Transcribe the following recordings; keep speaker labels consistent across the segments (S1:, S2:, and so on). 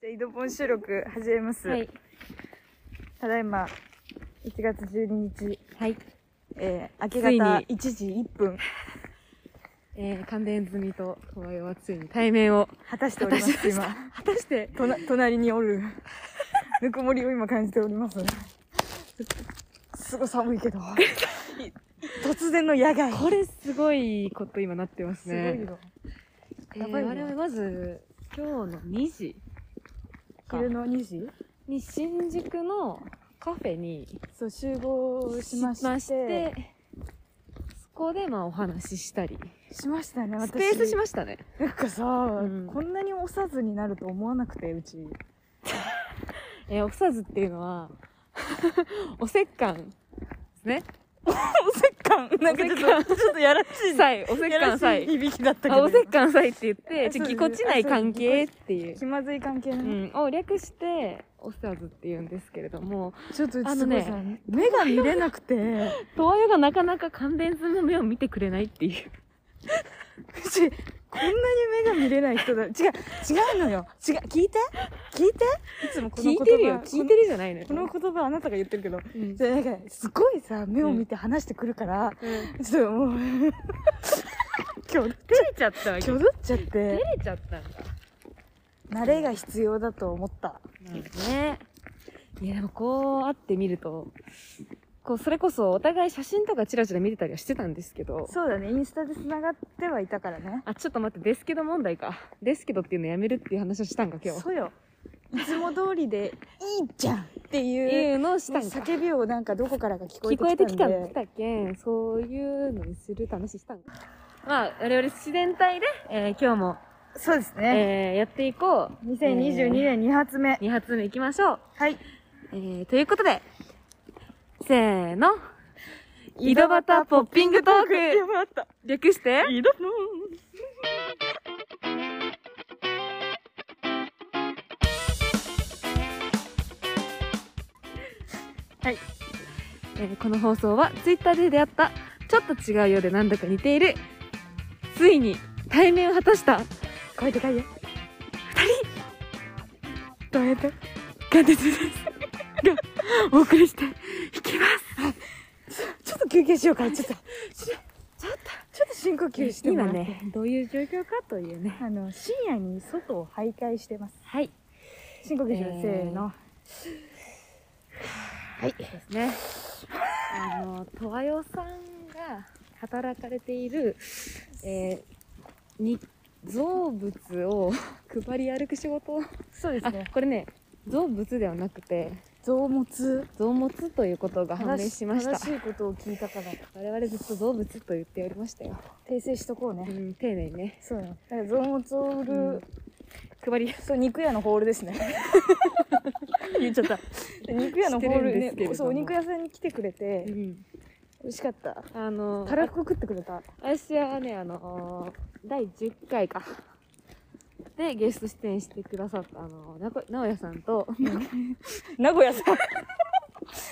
S1: じゃあ、井戸本収録始めます。
S2: はい。
S1: ただいま、1月12日、
S2: はい。
S1: えー、明け
S2: ついに
S1: 方1時1分、
S2: えー、関連済みと、とわよはついに対面を
S1: 果たしております、今。
S2: 果たして、
S1: とな隣におる、ぬくもりを今感じております。すごい寒いけ ど。突然の野外。
S2: これすごいこと今なってます
S1: すごい
S2: ね。
S1: よ。
S2: え
S1: や
S2: ー、
S1: ばいよ
S2: 我々まず、今日の2時か
S1: 昼の2時
S2: に新宿のカフェに
S1: そう、集合しまして。しまして、
S2: そこでまあお話ししたり、
S1: たね、
S2: スペースし
S1: ま
S2: ましたね。
S1: なんかさ、
S2: ん
S1: こんなに押さずになると思わなくて、うち。
S2: えー、おふさずっていうのは、 おせっかんですね。
S1: おせっかんなんかちょっと、ちょっとやらしい。
S2: さい、おせっ
S1: や
S2: からん
S1: し
S2: さ
S1: い
S2: い。
S1: 響きだったけ
S2: あ
S1: ど。
S2: おせっかんさいって言って、ちょ
S1: あそう
S2: ぎこちない関係っていう。
S1: 気まずい関係
S2: う
S1: ね。
S2: ん、を略して、オスターズって言うんですけれども、
S1: ちょっと
S2: あ
S1: すご
S2: のね
S1: いさ、目が見れなくて、
S2: トワヨがなかなか関連済みの目を見てくれないっていう。
S1: うち、こんなに目が見れない人だ。違う、違うのよ。違う、聞いて聞いていつもこの
S2: 聞
S1: 言
S2: い
S1: 葉
S2: てるよ、聞いてるじゃないのよ。
S1: このこの言葉あなたが言ってるけど、
S2: うん
S1: じゃなんか、すごいさ、目を見て話してくるから、
S2: うん
S1: ちょっともう、 きょ、き
S2: 照れちゃったわけ。
S1: ょ
S2: 照
S1: どっちゃって、
S2: れちゃったんだ。
S1: 慣れが必要だと思った。
S2: なんかね。いや、でもこう会ってみると、こう、それこそお互い写真とかチラチラ見てたりはしてたんですけど、
S1: そうだね、インスタで繋がってはいたからね。
S2: あ、ちょっと待って、ですけど問題か。ですけどっていうのやめるっていう話をしたんか、今日。
S1: そうよ。いつも通りで、いいじゃんっていう
S2: い、うのをしたんか。
S1: 叫びをなんかどこからか聞こえ
S2: 聞こえ
S1: て
S2: て
S1: き
S2: き
S1: た
S2: た
S1: ん
S2: ん
S1: で
S2: き。たけん、そういうのにするって話したんか。まあ、我々自然体で、えー今日も、
S1: そうですね。
S2: えーやっていこう。
S1: 2022
S2: え
S1: 年2発目。
S2: ー。2発目いきましょう。
S1: はい。
S2: えー、ということで、せーの、井戸端ポッピングトー
S1: や
S2: ク、
S1: ばかっ
S2: 略して
S1: た。、井戸の。はい。
S2: えーこの放送は Twitter で出会った、ちょっと違うようでなんだか似ている、ついに対面を果たした、
S1: 声でかいよ。二人。どうやって
S2: ガンデスです。が、お送りしていきます。
S1: ちょっと休憩しようか。ちょっと。ちょ
S2: ちょっと。
S1: ちょっと深呼吸しても
S2: 今
S1: らって。
S2: ね、どういう状況かというね。
S1: あの、深夜に外を徘徊してます。
S2: はい。
S1: 深呼吸しよう。
S2: えー
S1: せーの。
S2: はい。ですね。あの、とわよさんが働かれている、えー、に、造物を配り歩く仕事。
S1: そうです
S2: あ
S1: ね。、
S2: これね、造物ではなくて、
S1: 臓物。
S2: 造物ということが判明しました
S1: 正。しいことを聞いたから
S2: 我々ずっと造物と言っておりましたよ。
S1: 訂正しとこうね、
S2: うん、丁寧にね。
S1: そうよだから臓物を売る、
S2: うん配 り、
S1: そう肉屋のホールです ね言っちゃった肉屋のホール
S2: してるんですけれど
S1: ね
S2: も
S1: そうお肉屋さんに来てくれて、
S2: ん。
S1: 美味しかった
S2: あの、
S1: たらふく食ってくれた
S2: 私はね、あのー第10回か。で、ゲスト出演してくださった、あのー、なこ、なおやさんと、
S1: 名古屋さん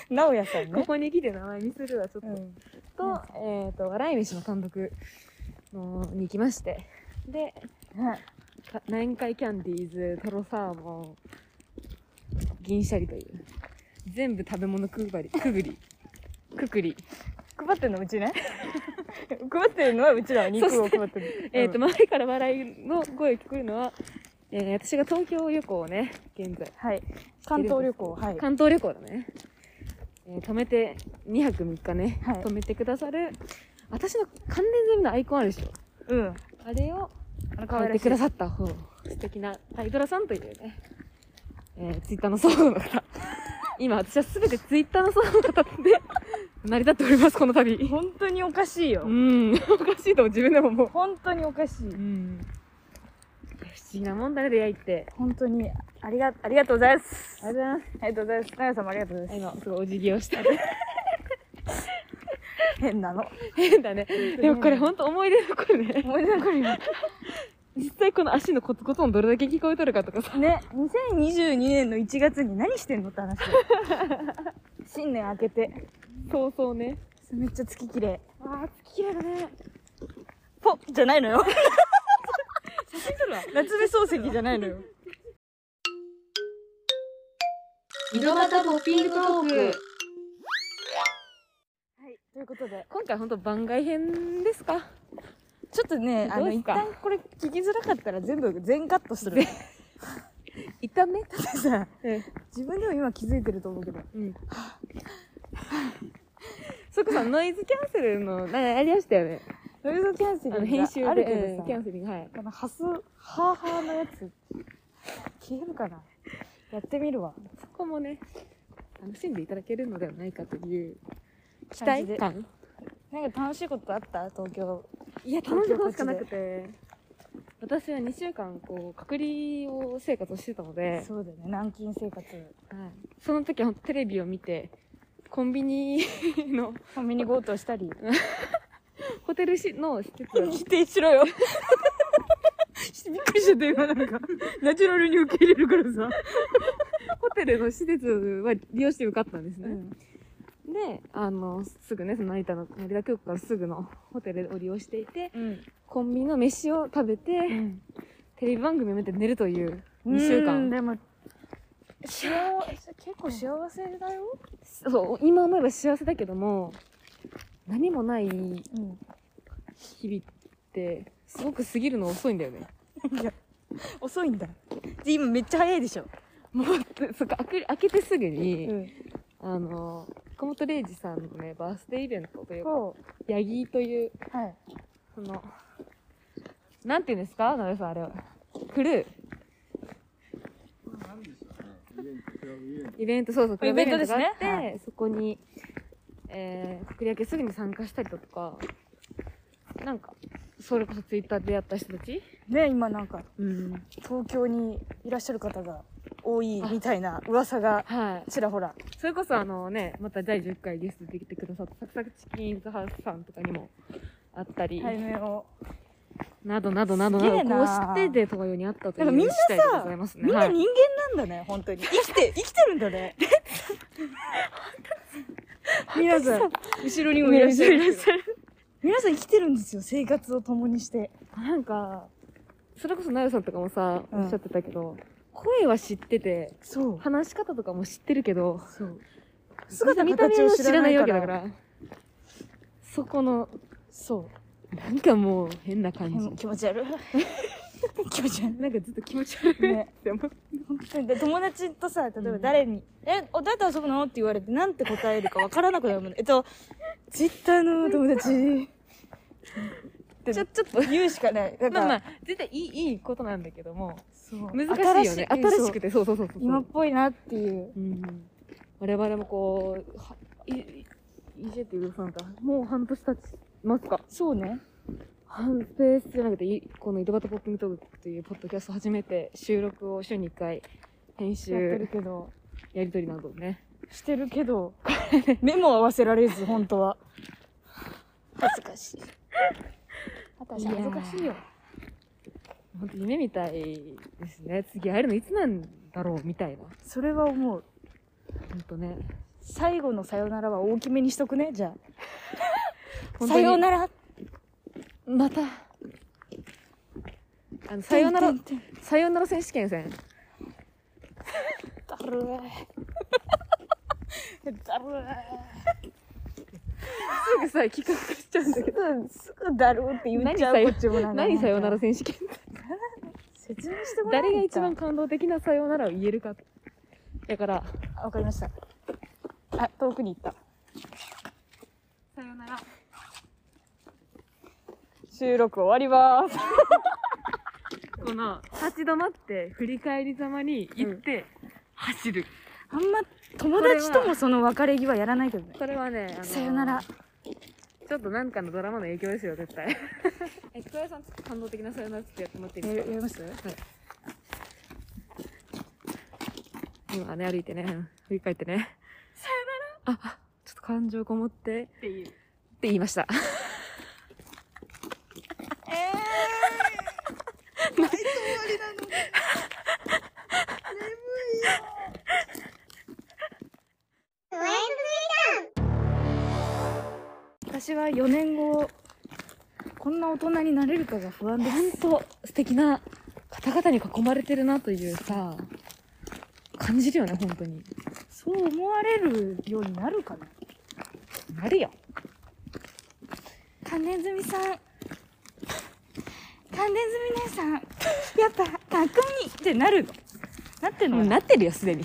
S1: 名古屋さん
S2: こ
S1: ね、
S2: こに来て名前見せるわ、ちょっと。
S1: うん、
S2: と、えっ、と、笑い飯の単独のに行きまして。で、
S1: はい
S2: か南海キャンディーズ、トロサーモン、銀シャリという。全部食べ物くばり、くぐり。くくり。
S1: 配ってんのうちね 配ってるのはうちらは肉を配ってる
S2: えっ、と、
S1: うん
S2: 前から笑いの声聞こえるのは、えー私が東京旅行をね、現在。
S1: はい関東旅行はい
S2: 関東旅行だね、えー止めて2泊3日ね、
S1: はい
S2: 止めてくださる私の関連済みのアイコンあるでしょ
S1: うん
S2: あれを
S1: あの可
S2: 変え
S1: 愛ら
S2: て
S1: しい
S2: くださった方素敵なタイドラさんというね、えー、ツイッターの総合の方今私は全てツイッターの総合の方で 成り立っておりますこの度
S1: 本当におかしいよ、
S2: うんおかしいと自分でも思う
S1: 本当におかしい
S2: うんいや不思議なもんだね出会いって
S1: 本当にありがありがとうございます。
S2: ありがとうございます
S1: ありがとうございます。なやさんもありがとうございま
S2: 今すごいお辞儀をした
S1: す。変なの。
S2: 変だね
S1: 当に
S2: でもこれ本当思い出残るね
S1: 思い出残るよ。
S2: 実際この足のコツコツ音どれだけ聞こえとるかとかさ。
S1: ね、2022年の1月に何してんのって 話だよ新年明けて。
S2: そうそうね。
S1: めっちゃ月綺麗。
S2: ああ、月綺麗だね。
S1: ポッじゃ ないのよ。夏目漱石じゃないのよ。
S3: 井戸端ポッピングトーク
S1: はい、ということで、
S2: 今回本当番外編ですか
S1: ちょっとね、あ
S2: ど
S1: の、
S2: うで
S1: 一
S2: すか
S1: 旦これ聞きづらかったら全部全カットす る。
S2: 痛め
S1: だってさ、
S2: うん。
S1: 自分でも今気づいてると思うけど。
S2: うん。 そこさん、ノイズキャンセルの、なありましたよね。
S1: ノイズキャンセ
S2: あ
S1: ル
S2: の、編集で。
S1: があるけ
S2: う
S1: ど
S2: んキャ
S1: さ
S2: ン、セリング、はい。
S1: このハス、ハーハーのやつ、消えるかなやってみるわ。
S2: そこもね、楽しんでいただけるのではないかという、期
S1: 感
S2: 待
S1: じで
S2: 感。
S1: なんか楽しいことあった東京。
S2: いや、
S1: 楽し
S2: 楽し
S1: い
S2: い
S1: こ
S2: ことと
S1: し
S2: し
S1: かな
S2: かな
S1: く
S2: くて、私は2週間、こう、隔離を生活をしてたので、
S1: そうだよね、軟禁生活。
S2: はい、その時は本当テレビを見て、コンビニ の、
S1: コンビニ強盗したり。
S2: ホテルしの施設を、
S1: 定しろよ。びっくりしちゃった今なんか。ナチュラルに受け入れるからさ。
S2: ホテルの施設は利用して受かったんですね。
S1: うん。
S2: で、あの、すぐね、その成田の、成田空港からすぐのホテルを利用していて、
S1: うん。
S2: コンビニの飯を食べて、テレビ番組を見て寝るという2週
S1: うん
S2: 間。
S1: でも幸せ結構幸せだよ、
S2: そう、今思えば幸せだけども、何もない日
S1: うん、
S2: 々って、すごく過ぎるの遅いんだよね。
S1: 遅いんだで今めっちゃ早いでしょ、
S2: もう、そっか、開け開けてすぐに、
S1: ん、
S2: あの、岡本零士さんのね、バースデーイベントというか、
S1: こ
S2: ヤギとい
S1: う
S2: う、
S1: はい
S2: その、なんて言うんですかなべさん、あれは。クルー。イベント、そうそう、
S1: イベントですね
S2: クラブイベントがあって、そこに、えー、繰り上げすぐに参加したりだとか、なんか、それこそツイッターでやった人たち
S1: ね今なんか
S2: うん。
S1: 東京にいらっしゃる方が多いみたいな噂が
S2: はい。
S1: ちらほら
S2: それこそあのね、また第10回ゲストで来てくださったサクサクチキンズハウスさんとかにもあったり、
S1: 対面を
S2: などなどなど
S1: すげえ
S2: など、
S1: な
S2: こうしてで東洋にあったとい
S1: なんかみん
S2: う
S1: な
S2: 次第で
S1: さ
S2: ございますね。
S1: みんな
S2: はい
S1: 人間なんだね本当に生きて生きてるんだ ね皆さん後ろにもいらっしゃるんですけど皆さん生きてるんですよ生活を共にして
S2: なんか、それこそなよさんとかもさ、
S1: うん
S2: おっしゃってたけど、声は知ってて、
S1: そう
S2: 話し方とかも知ってるけど、
S1: そう
S2: 姿
S1: 姿
S2: 見た目
S1: 形
S2: を
S1: を
S2: 知
S1: 知
S2: ら
S1: ら
S2: な
S1: ないい
S2: わ
S1: か
S2: け
S1: ら
S2: だから、そこの、
S1: そう
S2: なんかもう変な感じ。
S1: 気持ち悪 い気持ち悪
S2: なんかずっと気持ち悪い
S1: ね
S2: って思って。
S1: い本当にで友達とさ例えば
S2: うん
S1: 誰に「えおどうやって遊ぶの?」って言われてなんて答えるかわからなくなるもんねえっとツイッターの友達
S2: ちょ、ちょっと。
S1: 言うしかないだか
S2: ま
S1: ら、
S2: あまあ、絶対いい、いいことなんだけども、
S1: そう
S2: 難しいよね。新しく
S1: て
S2: て、そうそうそうそう。
S1: 今っぽいなっていう
S2: うん。我々もこう、はい、い、いじっていうさんか、もう半年経ちますか。
S1: そうね
S2: 半スペースじゃなくて、いこの井戸端ポッピングトークというポッドキャストを始めて、収録を週に1回、編
S1: やってる
S2: 集、
S1: けど
S2: やりとりなどをね。
S1: してるけど目も合わせられず本当は恥ずかしい私恥ずかしいよ
S2: 本当夢みたいですね。次会えるのいつなんだろうみたいな。
S1: それは思う
S2: 本当ね。
S1: 最後のさよならは大きめにしとくねじゃあ
S2: 本当に
S1: さよなら
S2: また。あの、さよなら
S1: てん、てんてん
S2: さよなら選手権戦。
S1: だるいだる
S2: すぐさ、企画しちゃうんだけ
S1: いすぐだるいって言っちゃうこっちもな
S2: ど。
S1: んか
S2: 何さよなら選手権
S1: 説明してもらえ
S2: 誰が
S1: ない
S2: 一
S1: か
S2: 番感動的なさよならを言えるか。だから、
S1: あわかりましたあ遠くに行った
S2: さよなら。
S1: 収録終わります
S2: この、立ち止まって、振り返りざまに行って、走る。
S1: あんま友達ともその別れ際やらないけどね
S2: それはね、あのー
S1: さよなら
S2: ちょっとなんかのドラマの影響ですよ、絶対。 え、くやさん、ちょっと感動的なさよならちょっとやってもらっていい
S1: や
S2: ですか
S1: やります
S2: 今ね、歩いてね、振り返ってね。さよならあ、あちょっと感情こもって。って言う。って言いました。
S1: えーバイト終わりなのに私は4年後こんな大人になれるかが不安です
S2: 本当素敵な方々に囲まれてるなというさ、感じるよね、本当に。そう思われるようになるかななるよ
S4: 関連済みさん関連済み姉さんやっぱかっこいい
S2: ってなるのなってんの
S1: もう
S2: かな
S1: なってるよすでに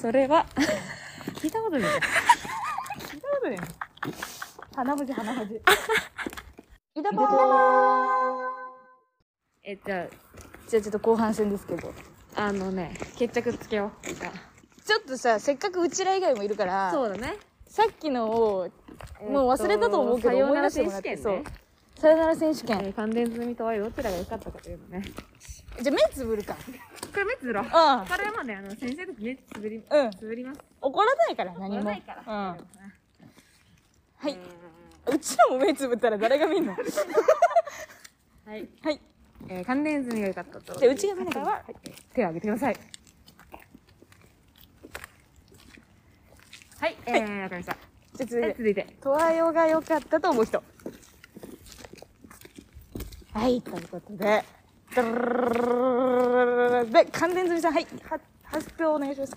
S1: それは
S2: 聞いたことない聞いたことない鼻文字 鼻文字
S1: 井戸
S2: えじゃあ
S1: じゃあちょっと後半戦ですけど
S2: あのね決着つけよう
S1: ちょっとさせっかくうちら以外もいるから
S2: そうだね
S1: さっきのをもう忘れたと思うけど
S2: えっと
S1: 思い出してもらって
S2: さようなら選手権ね
S1: そうさよなら選手権、
S2: えー関連済みとはどちらが良かったかというのね
S1: じゃあ目つぶるか
S2: これ目つぶろう
S1: うん
S2: これまであの先生たち目つぶり
S1: うん
S2: つぶります
S1: 怒らないから何も
S2: 怒らないから
S1: うんはいうんうちらも目つぶったら誰が見んの
S2: はい、
S1: はい
S2: えー、関連済みが良かったと
S1: じゃあうちが見なきゃ
S2: 方は手を挙げてくださいはい、えー、わかりました。
S1: じゃあ続い
S2: はい、
S1: て
S2: 続いて。
S1: トワヨが良かったと思う人はいということでドルルルルルルルで完全済みさんはいは発表お願いします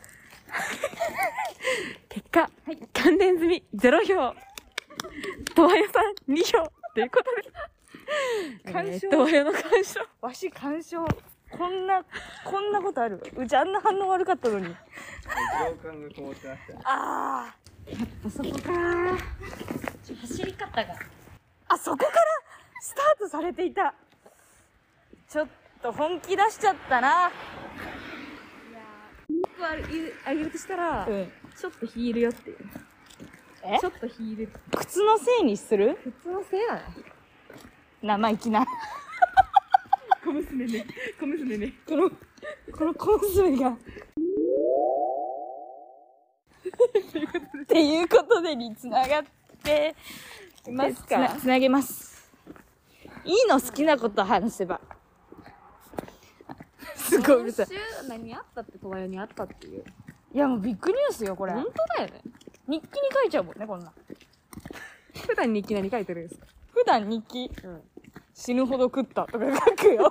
S2: 結果、関連済み0票。 とわよさん2票。ということで。
S1: 完勝
S2: えーとわよの鑑賞。
S1: わし干渉こんなこんなことあるうちあんな反応悪かっ たのに
S5: 情感がこもってました。
S1: あ
S3: 走り方が
S1: ああそこからスタートされていたちょっと本気出しちゃったな
S2: あげあげるとしたら、
S1: うん
S2: ちょっとヒールよっていう。
S1: え
S2: ちょっとヒール。
S1: 靴のせいにする
S2: 普通のせいだね。
S1: 生意気な
S2: 小娘ね。小娘ね。
S1: このこの小娘がっていうことでにつながってます
S2: か
S1: つなつなげますいいの好きなこと話せばすごいうるさい
S2: 何あったってとわよにあったっていう。
S1: いやもうビッグニュースよこれ
S2: 本当だよね。
S1: 日記に書いちゃうもんねこんなん
S2: 普段日記何書いてるんですか
S1: 普段日記、
S2: うん
S1: 死ぬほど食ったとか書くよ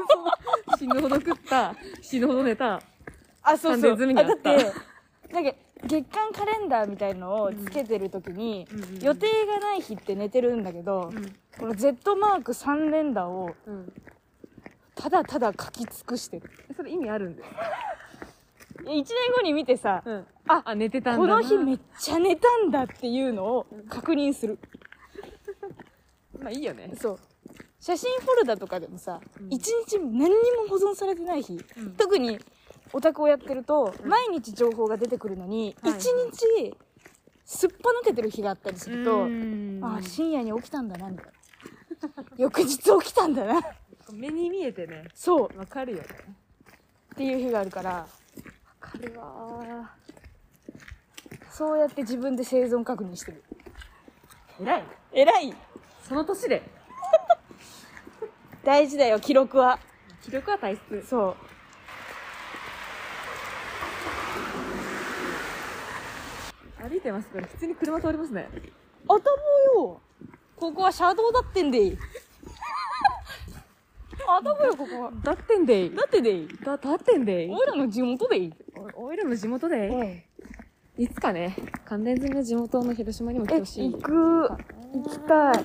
S2: 死ぬほど食った、死ぬほど寝た。
S1: あそうそう
S2: 完全済みにあった
S1: だってなんか月間カレンダーみたいのをつけてる時に、
S2: うんうんうん
S1: 予定がない日って寝てるんだけど、
S2: ん
S1: この Z マーク3連打を
S2: うん。
S1: ただただ書き尽くしてる
S2: それ意味あるんだよ。
S1: いや1年後に見てさ、
S2: うん。あ、あ寝てたんだ
S1: こ
S2: な。
S1: の日めっちゃ寝たんだっていうのを確認する、
S2: まあいいよね。
S1: そう写真フォルダとかでもさ、一日何にも保存されてない日、
S2: ん
S1: 特にオタクをやってると、毎日情報が出てくるのに、
S2: はい
S1: 一日すっぱ抜けてる日があったりすると、ああ深夜に起きたんだなみ たいな翌日起きたんだな
S2: 目に見えてね
S1: そう
S2: わかるよね
S1: っていう日があるから
S2: わかるわ
S1: そうやって自分で生存確認してる
S2: 偉い
S1: 偉い
S2: その年で
S1: 大事だよ記録は
S2: 気力は体質
S1: そう
S2: 歩いてますこれ普通に車通りますね
S1: 頭よここは車道だってんでい 頭よここは
S2: だってんでい
S1: だってでい
S2: だだってんでい
S1: 俺らの地元でいい
S2: おおいらの地元でいつかね関連済みの地元の広島にも来て
S1: え
S2: ほしい
S1: 行く行きたい
S2: ぜ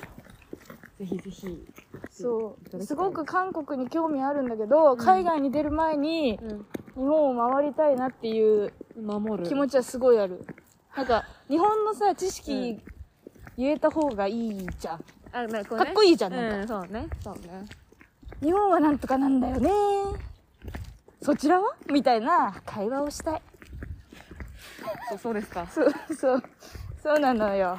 S2: ひぜひ
S1: そうすごく韓国に興味あるんだけど、海外に出る前に
S2: うん
S1: 日本を回りたいなっていう
S2: 守る
S1: 気持ちはすごいあるなんか日本のさ知識言えた方がいいじゃん
S2: あな
S1: かっこいいじゃん
S2: う
S1: なん
S2: そうねそうね
S1: 日本はなんとかなんだよねそちらはみたいな会話をしたい
S2: そうそうですか
S1: そうそうそうなのよ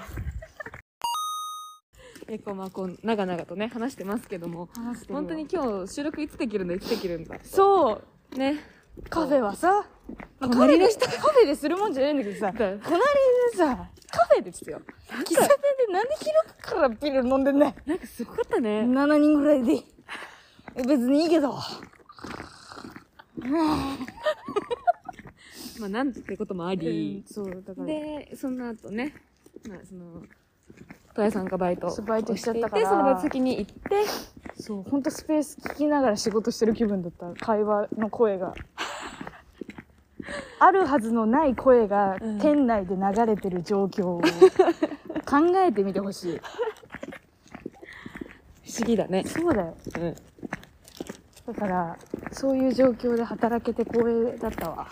S2: 結構まあこう長々とね話してますけども本当に今日収録いつできるんだいつできるんだ
S1: そう
S2: ね
S1: カフェはさ、まあ、カフ
S2: 隣
S1: ェ
S2: の
S1: でカフェでするもんじゃないんだけどさ
S2: だ
S1: 隣でさカフェですよ喫茶店でなんで広くからビール飲んでんね
S2: なんかすごかったね
S1: ん7人ぐらいで別にいいけど
S2: まあ、なんてこともあり、
S1: そうだから
S2: で、その後ね、まあ、その、トヤさんがバイトを
S1: そうバイトしちゃったから
S2: していてそのバイト先に行って、
S1: そう本当スペース聞きながら仕事してる気分だった会話の声があるはずのない声が
S2: うん
S1: 店内で流れてる状況を考えてみてほしい
S2: 不思議だね。
S1: そうだよ
S2: うん。
S1: だからそういう状況で働けて光栄だったわ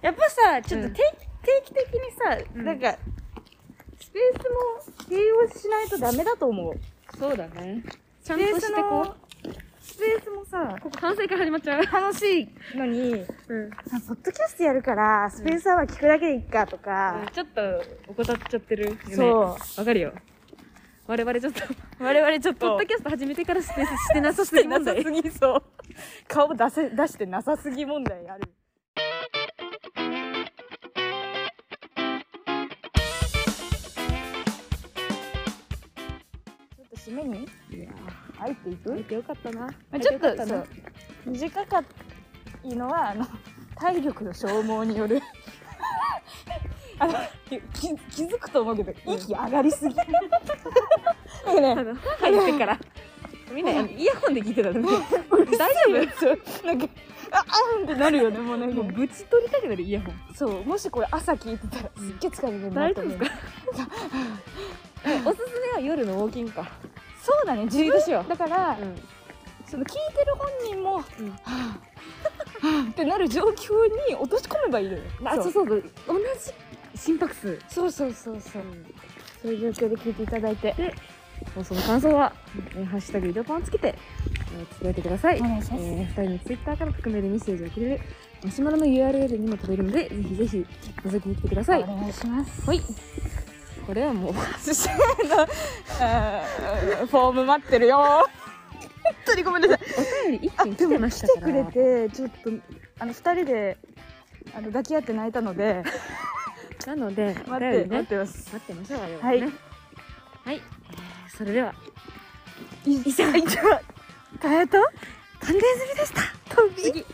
S3: やっぱさ、ちょっと
S2: うん
S3: 定,、定期的にさ、なんか、スペースも併用しないとダメだと思う。
S2: そうだね。ちゃんとしてこ
S1: スペースもさ
S2: う。ここ完成から始まっちゃう。
S1: 楽しいのに
S2: うん。
S1: あポッドキャストやるからスペースは聞くだけでいっかとか、
S2: ちょっと怠っちゃってるよね。
S1: そう
S2: わかるよ。我々ちょっと、我々ちょっと、ポッドキャスト始めてからスペースしてなさすぎ問題。
S1: ぎそう顔出せ出してなさすぎ問題あるちょっと締めに
S2: いや
S1: 入っていく、
S2: ー、よかったな。
S1: まあちょっ
S2: よか
S1: と
S2: た
S1: そ
S2: な
S1: う短かいのはあの体力の消耗によるあのき気気づくと思うけど息上がりすぎなん かね
S2: あの入って から。みんな、あのイヤホンで聞いてたのね。 大 丈
S1: そうなんかああんってなるよねもうなん
S2: 夫
S1: か
S2: もうぶち取りたくなるイヤホン。
S1: そうもしこれ朝聞いてたらすっげえ疲れるな
S2: 大
S1: と
S2: 丈
S1: 思
S2: 夫
S1: う
S2: かおすすめは夜のウォーキングか。
S1: そうだね自
S2: そうしよう
S1: だから、
S2: ん。
S1: その聞いてる本人も、
S2: うん
S1: はあはあってなる状況に落とし込めばいいのよ
S2: あ、そうそうそう。同じ心拍数。
S1: そうそうそうそうそういう状況で聞いていただいて
S2: 放送の感想は、えーハッシュタグイドパンをつけて、えーつぶやいてください。
S1: お願いします
S2: えー、2人のツイッターから含めるメッセージをくれる、マシュマロの URL にも飛べるので、ぜひぜひ覗きに来てください。
S1: お願いします
S2: はい。これはもう、
S1: 寿司のえーフォーム待ってるよ本当にごめんなさい
S2: お便り一
S1: あ
S2: 件来てました
S1: 来て
S2: か
S1: く
S2: ら。
S1: れてちょっとあの二人であの抱き合って泣いたので
S2: なので、お
S1: 待っ
S2: 便
S1: て、
S2: り
S1: 待っ
S2: ね、
S1: てます
S2: 待ってましょう、我々ね。
S1: はい
S2: はい。えーそれでは、
S1: 以上以上変えた
S2: 完全済みでした。次。